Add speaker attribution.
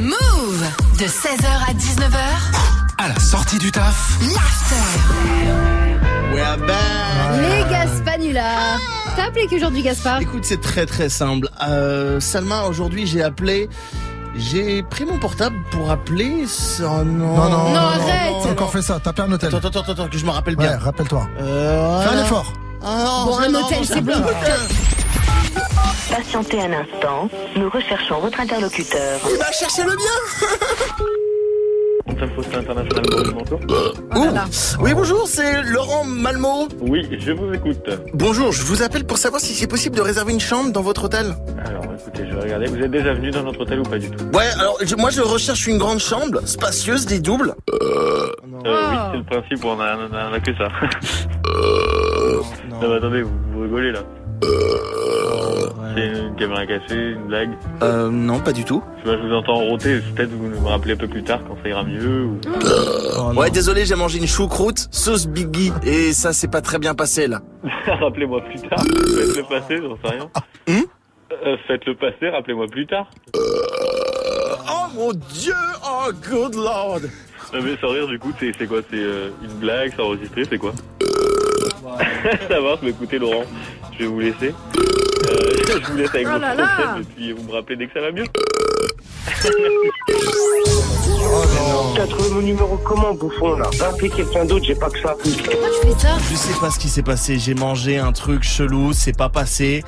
Speaker 1: Move de 16h à 19h,
Speaker 2: À la sortie du taf,
Speaker 1: l'after.
Speaker 3: We are back.
Speaker 4: Les Gaspanula. T'as appelé qui aujourd'hui, Gaspard
Speaker 3: Écoute, c'est très très simple. Euh, Salma, aujourd'hui, j'ai appelé. J'ai pris mon portable pour appeler. ce- Oh, non.
Speaker 5: Non, non, non,
Speaker 4: arrête.
Speaker 5: T'as encore fait ça, t'as pris un hôtel.
Speaker 3: Attends, attends, attends, attends, que je me rappelle
Speaker 5: Ouais,
Speaker 3: bien.
Speaker 5: rappelle-toi.
Speaker 3: Euh,
Speaker 5: Fais un
Speaker 3: voilà.
Speaker 5: effort.
Speaker 3: Ah, non,
Speaker 4: Bon,
Speaker 3: je
Speaker 4: un
Speaker 3: l'ai,
Speaker 4: hôtel,
Speaker 3: non,
Speaker 4: c'est
Speaker 3: je l'ai.
Speaker 4: bloqué.
Speaker 6: Patientez un instant, nous recherchons votre interlocuteur.
Speaker 3: Il va chercher le bien.
Speaker 7: Info International Bruges, bonjour.
Speaker 4: Voilà.
Speaker 3: Ouh. Oui, bonjour, c'est Laurent Malmo.
Speaker 7: Oui, je vous écoute.
Speaker 3: Bonjour, je vous appelle pour savoir si c'est possible de réserver une chambre dans votre hôtel.
Speaker 7: Alors écoutez, je vais regarder. Vous êtes déjà venu dans notre hôtel ou pas du tout
Speaker 3: Ouais, alors je- moi je recherche une grande chambre, spacieuse, des doubles.
Speaker 7: Euh,
Speaker 4: Oh.
Speaker 7: Oui, c'est le principe, on a, on a- on a que ça. Non,
Speaker 4: Ah.
Speaker 7: mais attendez, vous, vous rigolez là. C'est une caméra cachée, une blague.
Speaker 3: Euh, non, pas du tout.
Speaker 7: Je sais pas, je vous entends rôter, peut-être vous me rappelez un peu plus tard quand ça ira mieux. Ou...
Speaker 3: ouais, désolé, j'ai mangé une choucroute, sauce Biggie, et ça s'est pas très bien passé là.
Speaker 7: rappelez-moi plus tard. Faites le passé, j'en sais rien.
Speaker 3: Hum
Speaker 7: Euh, faites le passé, rappelez-moi plus tard.
Speaker 3: Oh mon dieu, oh good lord.
Speaker 7: Non mais sans rire du coup, c'est c'est quoi C'est euh, une blague, c'est enregistré, c'est quoi Ça marche, mais écoutez Laurent, je vais vous laisser. Euh, je vous laisse avec
Speaker 4: Oh
Speaker 7: votre
Speaker 4: là là
Speaker 7: problème et puis vous me rappelez dès que ça va mieux.
Speaker 8: T'as trouvé mon numéro comment, bouffon, là Va appeler quelqu'un d'autre, j'ai pas que ça.
Speaker 4: Pourquoi tu fais ça
Speaker 3: Je sais pas ce qui s'est passé, j'ai mangé un truc chelou, c'est pas passé.